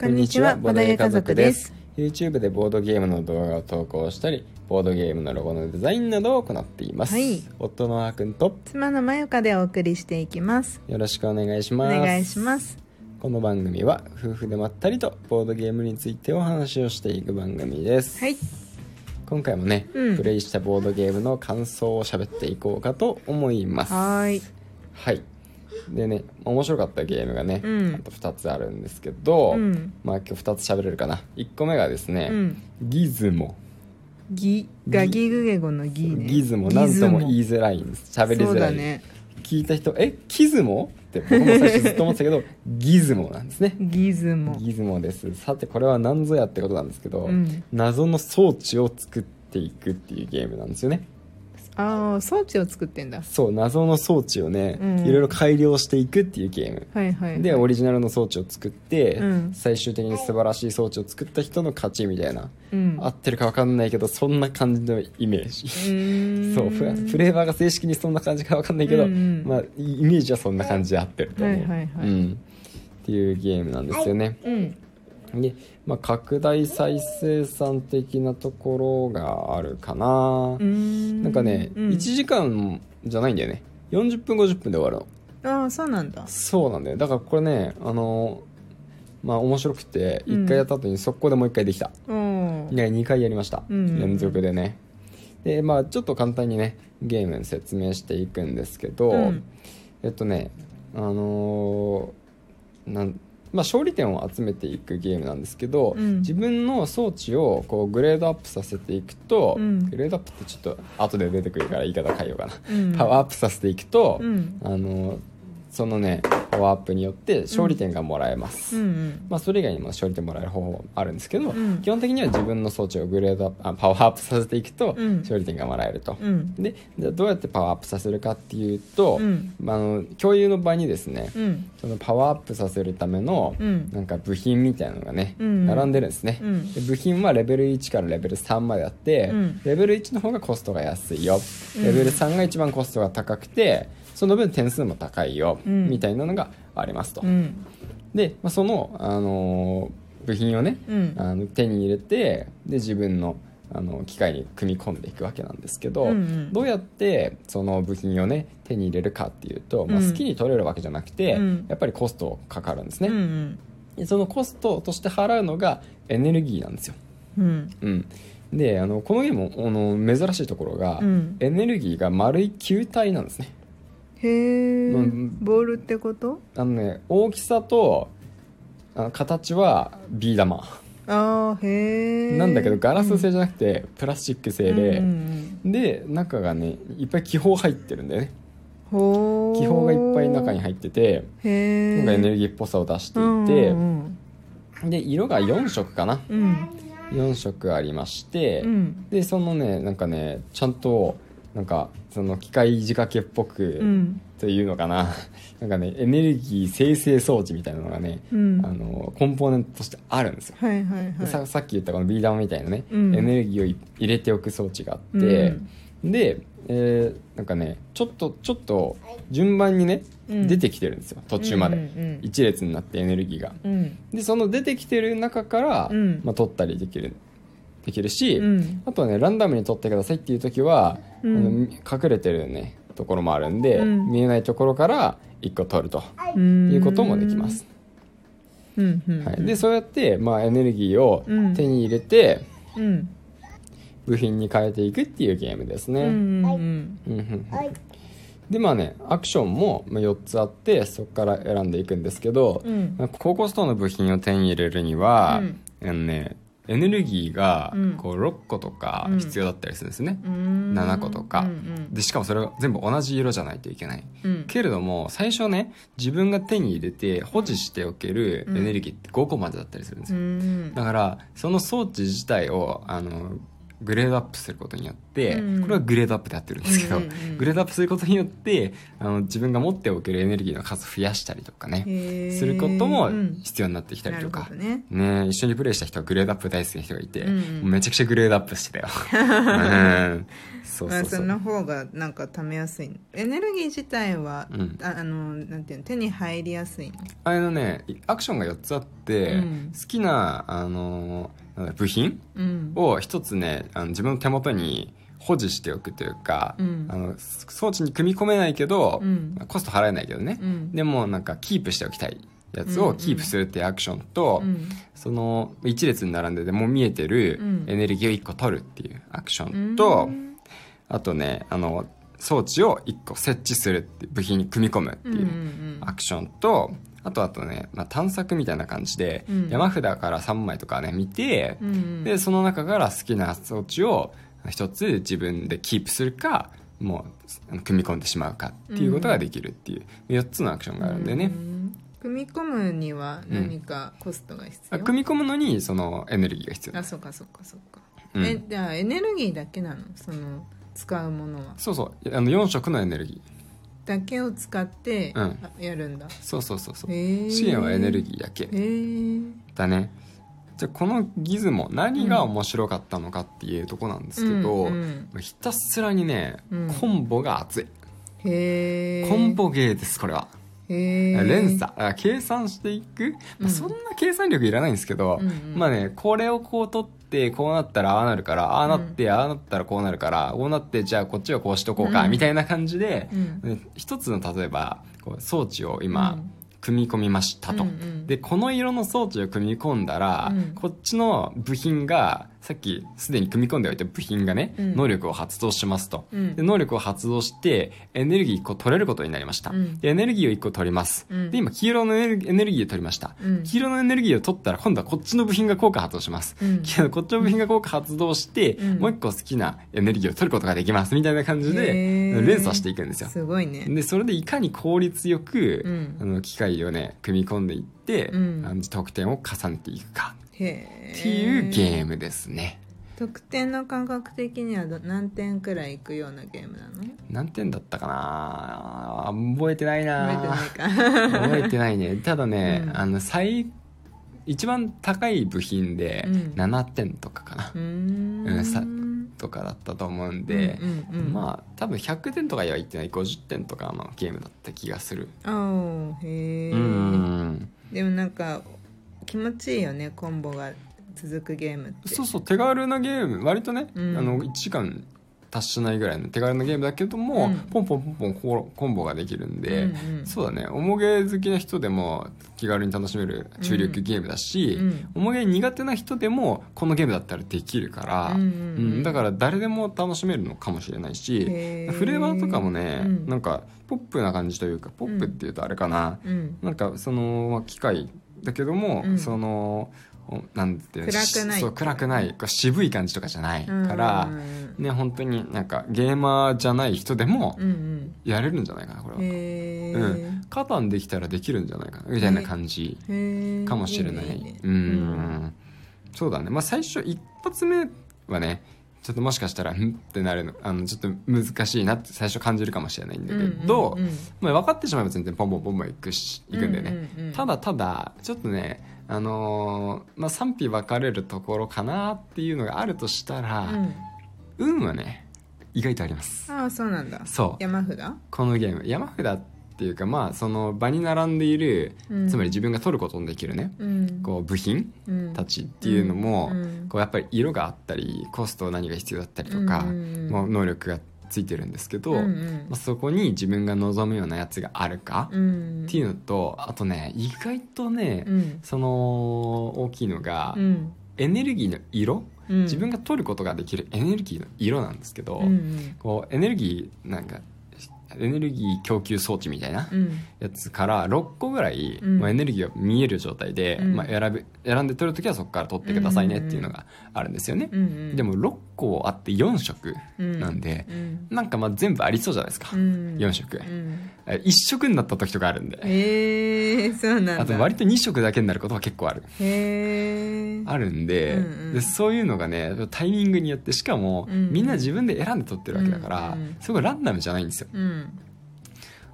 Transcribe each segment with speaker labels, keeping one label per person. Speaker 1: こんにちは、ボドゲ家族です。。
Speaker 2: YouTube でボードゲームの動画を投稿したり、ボードゲームのロゴのデザインなどを行っています。
Speaker 1: はい
Speaker 2: 夫のあーくんと
Speaker 1: 妻のまゆかでお送りしていきます。
Speaker 2: よろしくお願いし
Speaker 1: お
Speaker 2: ます。
Speaker 1: 願いしま。す。
Speaker 2: この番組は夫婦でまったりとボードゲームについてお話をしていく番組です。
Speaker 1: はい。
Speaker 2: 今回もね、
Speaker 1: うん
Speaker 2: プレイしたボードゲームの感想を喋っていこうかと思います。
Speaker 1: はーい。
Speaker 2: はい。でね、面白かったゲームがね、
Speaker 1: うん
Speaker 2: あと2つあるんですけど、
Speaker 1: うん
Speaker 2: まあ今日2つ喋れるかな。1個目がですね、
Speaker 1: うん
Speaker 2: ギズモ。
Speaker 1: ギ、ガギグゲゴのギね。
Speaker 2: ギズモ、なんとも言
Speaker 1: い。
Speaker 2: いづらいんです。喋り
Speaker 1: そう
Speaker 2: づら
Speaker 1: だ
Speaker 2: い。
Speaker 1: ね。
Speaker 2: 聞いた人、え、キズモって僕も最初ずっと思って たけど、ギズモなんですね。
Speaker 1: ギズモ。
Speaker 2: ギズモです。さて、これは何ぞやってことなんですけど、
Speaker 1: うん
Speaker 2: 謎の装置を作っていくっていうゲームなんですよね。
Speaker 1: ああ、装置を作ってんだ。
Speaker 2: そう、謎の装置をね、
Speaker 1: うん
Speaker 2: いろいろ改良していくっていうゲーム。
Speaker 1: はいはい。
Speaker 2: でオリジナルの装置を作って、
Speaker 1: うん
Speaker 2: 最終的に素晴らしい装置を作った人の勝ちみたいな、
Speaker 1: うん。
Speaker 2: 合ってるか分かんないけどそんな感じのイメージ、
Speaker 1: ーん
Speaker 2: そうフフレーバーが正式にそんな感じか分かんないけど、
Speaker 1: うんうん
Speaker 2: まあ、イメージはそんな感じで合ってると思う、
Speaker 1: はいはいはい
Speaker 2: うん、っていうゲームなんですよね
Speaker 1: うん。
Speaker 2: で、まあ、拡大再生産的なところがあるかな、
Speaker 1: うーん。
Speaker 2: なんかね、
Speaker 1: うん
Speaker 2: 1時間じゃないんだよね40分50分で終わるの
Speaker 1: ああ、そうなんだ。
Speaker 2: そうなんだよだからこれねあのまあ面白くて
Speaker 1: うん
Speaker 2: 1回やった後に速攻でもう1回できた、
Speaker 1: おお。
Speaker 2: ね2回やりました、
Speaker 1: うん
Speaker 2: 連続でねでまあちょっと簡単にねゲーム説明していくんですけど、
Speaker 1: うん
Speaker 2: えっとねあのーなんまあ、勝利点を集めていくゲームなんですけど、
Speaker 1: うん
Speaker 2: 自分の装置をこうグレードアップさせていくと、
Speaker 1: うん
Speaker 2: グレードアップってちょっと後で出てくるから言い方変えようかな、
Speaker 1: うん
Speaker 2: パワーアップさせていくと、
Speaker 1: うん
Speaker 2: あのそのねパワーアップによって勝利点がもらえます、
Speaker 1: うんうん。
Speaker 2: まあ、それ以外にも勝利点もらえる方法もあるんですけど、
Speaker 1: うん
Speaker 2: 基本的には自分の装置をグレードアップあパワーアップさせていくと
Speaker 1: うん
Speaker 2: 勝利点がもらえると、
Speaker 1: うん。
Speaker 2: でじゃあどうやってパワーアップさせるかっていうと、
Speaker 1: うん
Speaker 2: まあ、あの共有の場にですね、
Speaker 1: うん。
Speaker 2: そのパワーアップさせるための
Speaker 1: うん
Speaker 2: なんか部品みたいなのがね、
Speaker 1: うん
Speaker 2: 並んでるんですね、
Speaker 1: うん
Speaker 2: で部品はレベル1からレベル3まであって、
Speaker 1: うん
Speaker 2: レベル1の方がコストが安いよ
Speaker 1: うん
Speaker 2: レベル3が一番コストが高くてその分点数も高いよ、
Speaker 1: うん
Speaker 2: みたいなのがありますと、
Speaker 1: うん。
Speaker 2: で、まあ、その、あのー部品をね、
Speaker 1: うん
Speaker 2: あの手に入れてで自分のあの機械に組み込んでいくわけなんですけど、
Speaker 1: うんうん
Speaker 2: どうやってその部品をね手に入れるかっていうと、まあ、
Speaker 1: うん
Speaker 2: 好きに取れるわけじゃなくて、
Speaker 1: うん
Speaker 2: やっぱりコストかかるんです
Speaker 1: うんう
Speaker 2: ね、
Speaker 1: ん。
Speaker 2: でそのコストとして払うのがエネルギーなんですよ、
Speaker 1: うん。
Speaker 2: うん、であのこのゲームあの珍しいところが、
Speaker 1: うん
Speaker 2: エネルギーが丸い球体なんですね
Speaker 1: へえ、
Speaker 2: うん
Speaker 1: ボールってこと
Speaker 2: あのね大きさとあの形はビー玉
Speaker 1: ああへえ
Speaker 2: なんだけどガラス製じゃなくてプラスチック製で、
Speaker 1: うんうん
Speaker 2: で中がねいっぱい気泡入ってるんだよね
Speaker 1: うんほー
Speaker 2: 気泡がいっぱい中に入ってて
Speaker 1: へえ
Speaker 2: なんかエネルギーっぽさを出していて、
Speaker 1: うん
Speaker 2: で色が4色かな
Speaker 1: うんうん
Speaker 2: 4色ありまして、
Speaker 1: うん
Speaker 2: でそのねなんかねちゃんとなんかその機械仕掛けっぽ
Speaker 1: う
Speaker 2: く
Speaker 1: ん
Speaker 2: というのかな、 なんかねエネルギー生成装置みたいなのがね、
Speaker 1: うん
Speaker 2: あのコンポーネントとしてあるんですよ
Speaker 1: はいはい
Speaker 2: で
Speaker 1: は
Speaker 2: さ
Speaker 1: い
Speaker 2: さっき言ったこのビー玉みたいなね、
Speaker 1: うん
Speaker 2: エネルギーをい入れておく装置があって、で、えーなんかねちょっとちょっと順番にね、
Speaker 1: うん
Speaker 2: 出てきてるんですよ途中まで、
Speaker 1: うんうんうん
Speaker 2: 一列になってエネルギーが
Speaker 1: うん
Speaker 2: でその出てきてる中から、
Speaker 1: うん
Speaker 2: まあ、取ったりできるできるし、
Speaker 1: うん
Speaker 2: あとはねランダムに取ってくださいっていう時は、
Speaker 1: うん
Speaker 2: あの隠れてるねところもあるんで、
Speaker 1: うん
Speaker 2: 見えないところから1個取ると
Speaker 1: うん
Speaker 2: いうこともできます、
Speaker 1: うんうん
Speaker 2: はい、でそうやって、まあ、エネルギーを
Speaker 1: うん
Speaker 2: 手に入れて、
Speaker 1: うん
Speaker 2: 部品に変えていくっていうゲームです
Speaker 1: う
Speaker 2: ね、
Speaker 1: んうん
Speaker 2: うんうんうんでまあねアクションもまあ4つあってそこから選んでいくんですけど、
Speaker 1: うん
Speaker 2: まあ高校ストーンの部品を手に入れるには、
Speaker 1: うん
Speaker 2: あのね、エネルギーが
Speaker 1: うん
Speaker 2: こう6個とか
Speaker 1: うん
Speaker 2: 必要だったりするんですね、
Speaker 1: うん
Speaker 2: 7個とか、
Speaker 1: うん
Speaker 2: でしかもそれが全部同じ色じゃないといけない、
Speaker 1: うん
Speaker 2: けれども最初ね自分が手に入れて保持しておけるエネルギーって5個までだったりするんですよ
Speaker 1: うん
Speaker 2: だからその装置自体をあのグレードアップすることによって、
Speaker 1: うん
Speaker 2: これはグレードアップでやってるんですけど、
Speaker 1: うんうんうん
Speaker 2: グレードアップすることによってあの自分が持っておけるエネルギーの数を増やしたりとかね、
Speaker 1: へー
Speaker 2: することも
Speaker 1: うん
Speaker 2: 必要になってきたりと
Speaker 1: な
Speaker 2: か
Speaker 1: るほ、どね
Speaker 2: ね、一緒にプレイした人はグレードアップ大好きな人がいて、
Speaker 1: うん
Speaker 2: もうめちゃくちゃグレードアップしてた よ。うん、そう
Speaker 1: ま
Speaker 2: そ
Speaker 1: あ
Speaker 2: うそ。
Speaker 1: そうの方がなんか貯めやすいエネルギー自体は、
Speaker 2: うん
Speaker 1: ああのなんていうの手に入りやすい
Speaker 2: あれのねアクションが4つあって、
Speaker 1: うん
Speaker 2: 好きな、あのなんだ部品
Speaker 1: うん
Speaker 2: を一つねあの自分の手元に保持しておくというか、
Speaker 1: うん
Speaker 2: あの装置に組み込めないけど、
Speaker 1: うん
Speaker 2: コスト払えないけどね、
Speaker 1: うん
Speaker 2: でもなんかキープしておきたいやつ
Speaker 1: うんう
Speaker 2: を
Speaker 1: ん
Speaker 2: キープするっていうアクションと、
Speaker 1: うん
Speaker 2: その一列に並んでてもう見えてる
Speaker 1: うん
Speaker 2: エネルギーを1個取るっていうアクション
Speaker 1: う
Speaker 2: と、
Speaker 1: ん
Speaker 2: あとねあの装置を1個設置するっていう部品に組み込むって
Speaker 1: う
Speaker 2: い
Speaker 1: ん
Speaker 2: う、
Speaker 1: うんうん
Speaker 2: アクションとあとあとね、まあ、探索みたいな感じで、
Speaker 1: うん
Speaker 2: 山札から3枚とかね見て、
Speaker 1: うんうん
Speaker 2: でその中から好きな装置を一つ自分でキープするかもうあの組み込んでしまうかっていうことができるっていう、4つのアクションがあるんでね
Speaker 1: う、ん組み込むには何かコストが必
Speaker 2: あ
Speaker 1: 要、
Speaker 2: 組み込むのにそのエネルギーが必要
Speaker 1: あそうかそうかそうか、
Speaker 2: うん
Speaker 1: えじゃあエネルギーだけなのその使うものは
Speaker 2: そうそうあの4色のエネルギー
Speaker 1: だけを使って
Speaker 2: うん
Speaker 1: あやるんだ、
Speaker 2: そうそうそうそう
Speaker 1: へえ
Speaker 2: 資源はエネルギーだけ
Speaker 1: へえ
Speaker 2: だねじゃあこのギズモ何が面白かったのかっていうとこなんですけど、
Speaker 1: うん
Speaker 2: ひたすらにね、
Speaker 1: うん
Speaker 2: コンボが熱い、
Speaker 1: うんへえ
Speaker 2: コンボゲーですこれは、
Speaker 1: へえ
Speaker 2: 連鎖あ計算していく、
Speaker 1: う
Speaker 2: まあ、
Speaker 1: ん
Speaker 2: そんな計算力いらないんですけど、
Speaker 1: うんうん
Speaker 2: まあねこれをこう取ってこうなったらああなるからああなって、ああなったらこうなるからこうなってじゃあこっちはこうしとこうか、
Speaker 1: うん
Speaker 2: みたいな感じで
Speaker 1: う、ん
Speaker 2: ね一つの例えばこう装置を
Speaker 1: う
Speaker 2: 今
Speaker 1: ん
Speaker 2: 組み込みましたと、
Speaker 1: うんうん
Speaker 2: でこの色の装置を組み込んだら、
Speaker 1: うん
Speaker 2: こっちの部品がさっきすでに組み込んでおいた部品がね、
Speaker 1: うん
Speaker 2: 能力を発動しますと、
Speaker 1: うん
Speaker 2: で能力を発動してエネルギー1個取れることになりました、
Speaker 1: うん
Speaker 2: でエネルギーを1個取ります、
Speaker 1: うん
Speaker 2: で今黄色のエネルギーエネルギーを取りました、
Speaker 1: うん
Speaker 2: 黄色のエネルギーを取ったら今度はこっちの部品が効果発動します、
Speaker 1: うん
Speaker 2: けどこっちの部品が効果発動して、
Speaker 1: うん
Speaker 2: もう1個好きなエネルギーを取ることができますみたいな感じで
Speaker 1: へー
Speaker 2: 連鎖していくんですよ
Speaker 1: すごいね
Speaker 2: でそれでいかに効率よく、
Speaker 1: うん
Speaker 2: あの機械をね組み込んでいって、
Speaker 1: うん
Speaker 2: あの得点を重ねていくか
Speaker 1: へえ
Speaker 2: っていうゲームですね、
Speaker 1: 得点の感覚的にはど何点くらいいくようなゲームなの覚
Speaker 2: 何点だったかな覚えてないな
Speaker 1: えてないか
Speaker 2: 覚えてないねただね、
Speaker 1: うん
Speaker 2: あの最一番高い部品で
Speaker 1: うん
Speaker 2: 7点とかかな、
Speaker 1: うーん
Speaker 2: うんさとかだったと思うんで、
Speaker 1: うんうんうん
Speaker 2: まあ多分100点とかはいってない50点とかのゲームだった気がする、
Speaker 1: あーへえ、
Speaker 2: うん
Speaker 1: でもなんか気持ちいいよねコンボが続くゲームって
Speaker 2: そうそう手軽なゲーム割とね、
Speaker 1: うん
Speaker 2: あの1時間達しないぐらいの手軽なゲームだけども、
Speaker 1: うん
Speaker 2: ポンポンポンポンコロコンボができるんで、
Speaker 1: うんうん
Speaker 2: そうだね重ゲー好きな人でも気軽に楽しめる注力ゲームだし、
Speaker 1: うん
Speaker 2: 重ゲー苦手な人でもこのゲームだったらできるから、
Speaker 1: うんうんうん
Speaker 2: だから誰でも楽しめるのかもしれないし
Speaker 1: へー
Speaker 2: フレーバーとかもね、
Speaker 1: うん
Speaker 2: なんかポップな感じというかポップっていうとあれかな、
Speaker 1: うん
Speaker 2: なんかその、まあ、機械だけども、
Speaker 1: うん
Speaker 2: そのおなんていうの
Speaker 1: 暗くない
Speaker 2: しそう暗くないこう渋い感じとかじゃないから、
Speaker 1: うん
Speaker 2: ね本当になんかゲーマーじゃない人でも
Speaker 1: うん
Speaker 2: やれるんじゃないかなこれ
Speaker 1: うん
Speaker 2: は、
Speaker 1: へえ、
Speaker 2: うん、カタンできたらできるんじゃないかなみたいな感じ
Speaker 1: へえ
Speaker 2: かもしれない、
Speaker 1: いね
Speaker 2: うん、そうだねまあ最初一発目はねちょっともしかしたら「ん?」ってなるのあのちょっと難しいなって最初感じるかもしれないんだけど、
Speaker 1: うんうんうん
Speaker 2: まあ、分かってしまえば全然ポンポンポンポンいくしいくんだよね、
Speaker 1: うんうんうん
Speaker 2: ただただちょっとねあのーまあ、賛否分かれるところかなっていうのがあるとしたら、
Speaker 1: うん
Speaker 2: 運はね意外とあります
Speaker 1: ああそうなんだ
Speaker 2: そう
Speaker 1: 山札
Speaker 2: このゲーム山札っていうかまあその場に並んでいる、
Speaker 1: うん
Speaker 2: つまり自分が取ることのできるね
Speaker 1: うん
Speaker 2: こう部品
Speaker 1: うん
Speaker 2: たちっていうのも、
Speaker 1: うん
Speaker 2: こうやっぱり色があったりコスト何が必要だったりとか、
Speaker 1: うん
Speaker 2: もう能力がついてるんですけど、
Speaker 1: うんうん
Speaker 2: まあ、そこに自分が望むようなやつがあるか、
Speaker 1: うん
Speaker 2: っていうのとあとね意外とね、
Speaker 1: うん
Speaker 2: その大きいのが、
Speaker 1: うん
Speaker 2: エネルギーの色、
Speaker 1: うん
Speaker 2: 自分が取ることができるエネルギーの色なんですけど、
Speaker 1: うん
Speaker 2: こうエネルギーなんかエネルギー供給装置みたいな
Speaker 1: うん
Speaker 2: やつから6個ぐらい、
Speaker 1: うん
Speaker 2: まあ、エネルギーが見える状態で、
Speaker 1: うん
Speaker 2: まあ、選ぶ選んで取る時はそこから取ってくださいねっていうのがあるんですよね、
Speaker 1: うんうん
Speaker 2: でも6個あって4色
Speaker 1: うん
Speaker 2: なんで
Speaker 1: う、ん
Speaker 2: なんかまあ全部ありそうじゃないですか、
Speaker 1: うん
Speaker 2: 4色、
Speaker 1: うん
Speaker 2: え1色になった時とかあるんで、
Speaker 1: えー、そうなんだ
Speaker 2: あと割と2色だけになることは結構ある
Speaker 1: へえ
Speaker 2: あるんで,、
Speaker 1: うんうん
Speaker 2: でそういうのがねタイミングによってしかも、
Speaker 1: うん
Speaker 2: みんな自分で選んで取ってるわけだから、
Speaker 1: うんうん
Speaker 2: すごいランダムじゃないんですよ
Speaker 1: うん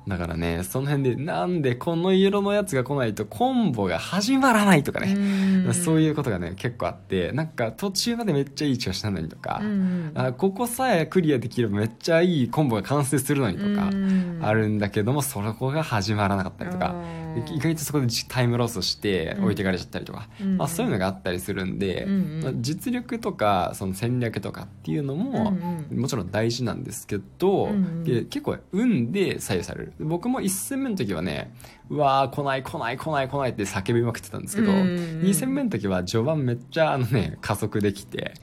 Speaker 2: だからねその辺でなんでこの色のやつが来ないとコンボが始まらないとかね、
Speaker 1: うん
Speaker 2: そういうことがね結構あってなんか途中までめっちゃいい調子なのにとか、
Speaker 1: うん
Speaker 2: あここさえクリアできればめっちゃいいコンボが完成するのにとか、
Speaker 1: うん
Speaker 2: あるんだけどもそこが始まらなかったりと
Speaker 1: あ
Speaker 2: か
Speaker 1: ー
Speaker 2: 意外とそこでタイムロスして置いてかれちゃったりとか、
Speaker 1: うん
Speaker 2: まあ、そういうのがあったりするんで、
Speaker 1: うんうん
Speaker 2: まあ実力とかその戦略とかっていうのも、
Speaker 1: うんうん
Speaker 2: もちろん大事なんですけど、
Speaker 1: うんうん
Speaker 2: で結構運で左右される僕も1戦目の時はねうわー来ない来ない来ない来ないって叫びまくってたんですけど、
Speaker 1: うんうんうん
Speaker 2: 2戦目の時は序盤めっちゃあのね加速できて。
Speaker 1: へ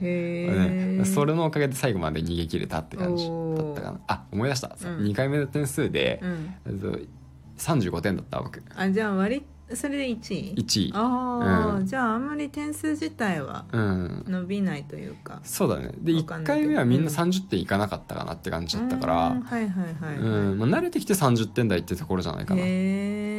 Speaker 1: え
Speaker 2: ねそれのおかげで最後まで逃げ切れたって感じ
Speaker 1: お
Speaker 2: だ
Speaker 1: ー
Speaker 2: ったかなあ思い出した、
Speaker 1: うん
Speaker 2: 2回目の点数で
Speaker 1: う、ん
Speaker 2: えっと35点だった僕
Speaker 1: あじゃあ割りそれで1位
Speaker 2: 1位
Speaker 1: ああ、
Speaker 2: うん
Speaker 1: じゃああんまり点数自体は
Speaker 2: うん
Speaker 1: 伸びないというか
Speaker 2: そうだねで
Speaker 1: わか
Speaker 2: 1
Speaker 1: んないけど
Speaker 2: 回目はみんな30点いかなかったかなって感じだったか
Speaker 1: うん
Speaker 2: ら
Speaker 1: はいはいはい、
Speaker 2: うんまあ、慣れてきて30点台ってところじゃないかな、
Speaker 1: へえ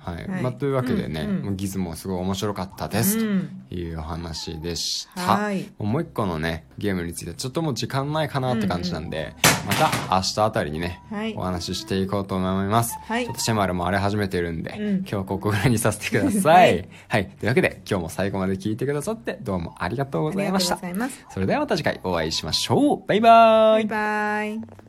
Speaker 2: はい
Speaker 1: はい
Speaker 2: まあ、というわけでね、
Speaker 1: うんうん
Speaker 2: もうギズモすごい面白かったです
Speaker 1: うん
Speaker 2: というお話でした、
Speaker 1: はい
Speaker 2: もう一個のねゲームについてちょっともう時間ないかなって感じなんで、また明日あたりにね、
Speaker 1: はい
Speaker 2: お話ししていこうと思います、
Speaker 1: はい
Speaker 2: ちょっとシェマルも荒れ始めてるんで、
Speaker 1: うん
Speaker 2: 今日はここぐらいにさせてください、
Speaker 1: は
Speaker 2: はいというわけで今日も最後まで聞いてくださってどうもありがとうご
Speaker 1: あ
Speaker 2: ざ
Speaker 1: り
Speaker 2: い
Speaker 1: が
Speaker 2: ま
Speaker 1: と
Speaker 2: し
Speaker 1: う
Speaker 2: た
Speaker 1: ございます
Speaker 2: それではまた次回お会いしましょうバイバーイ
Speaker 1: バイバイ